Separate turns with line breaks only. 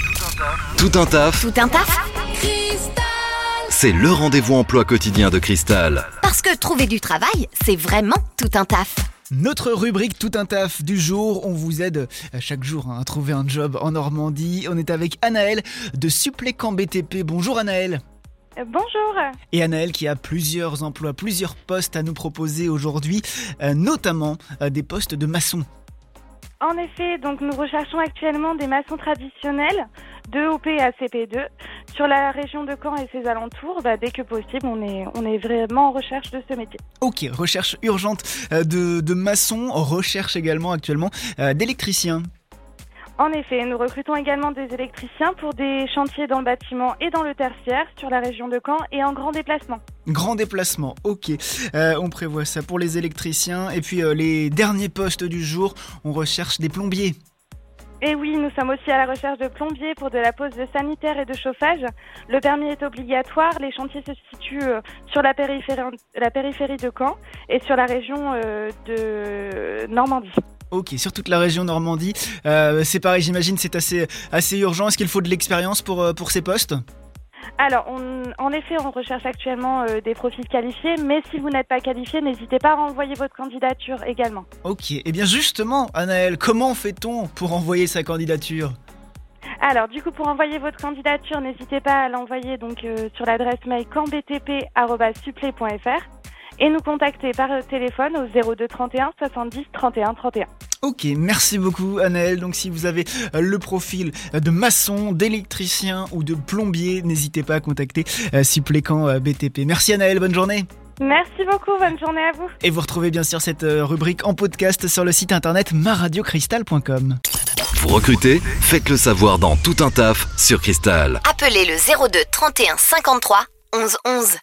Tout un taf,
Tout un taf
c'est le rendez-vous emploi quotidien de Cristal.
Parce que trouver du travail, c'est vraiment tout un taf.
Notre rubrique Tout un taf du jour, on vous aide euh, chaque jour hein, à trouver un job en Normandie. On est avec Anaël de Supplécamp BTP. Bonjour Anaël.
Euh, Bonjour.
Et Anaël qui a plusieurs emplois, plusieurs postes à nous proposer aujourd'hui, euh, notamment euh, des postes de maçon.
En effet, donc nous recherchons actuellement des maçons traditionnels de OP à CP2 sur la région de Caen et ses alentours. Bah, dès que possible, on est, on est vraiment en recherche de ce métier.
Ok, recherche urgente euh, de, de maçon, recherche également actuellement euh, d'électricien.
En effet, nous recrutons également des électriciens pour des chantiers dans le bâtiment et dans le tertiaire sur la région de Caen et en grand déplacement.
Grand déplacement, ok. Euh, on prévoit ça pour les électriciens. Et puis euh, les derniers postes du jour, on recherche des plombiers.
Et oui, nous sommes aussi à la recherche de plombiers pour de la pose de sanitaire et de chauffage. Le permis est obligatoire. Les chantiers se situent euh, sur la périphérie, la périphérie de Caen et sur la région euh, de Normandie.
Ok, sur toute la région Normandie. Euh, c'est pareil, j'imagine, c'est assez, assez urgent. Est-ce qu'il faut de l'expérience pour, euh, pour ces postes
Alors, on- en effet, on recherche actuellement euh, des profils qualifiés, mais si vous n'êtes pas qualifié, n'hésitez pas à renvoyer votre candidature également.
Ok, et bien justement, Anaël, comment fait-on pour envoyer sa candidature
Alors, du coup, pour envoyer votre candidature, n'hésitez pas à l'envoyer donc euh, sur l'adresse mail cambtp@supplé.fr et nous contacter par euh, téléphone au 02 31 70 31 31.
Ok, merci beaucoup Anaël. Donc si vous avez euh, le profil euh, de maçon, d'électricien ou de plombier, n'hésitez pas à contacter euh, Supplécant euh, BTP. Merci Anaël, bonne journée.
Merci beaucoup, bonne journée à vous.
Et vous retrouvez bien sûr cette euh, rubrique en podcast sur le site internet maradiocristal.com.
Vous recrutez Faites le savoir dans Tout un taf sur Cristal.
Appelez le 02 31 53 11 11.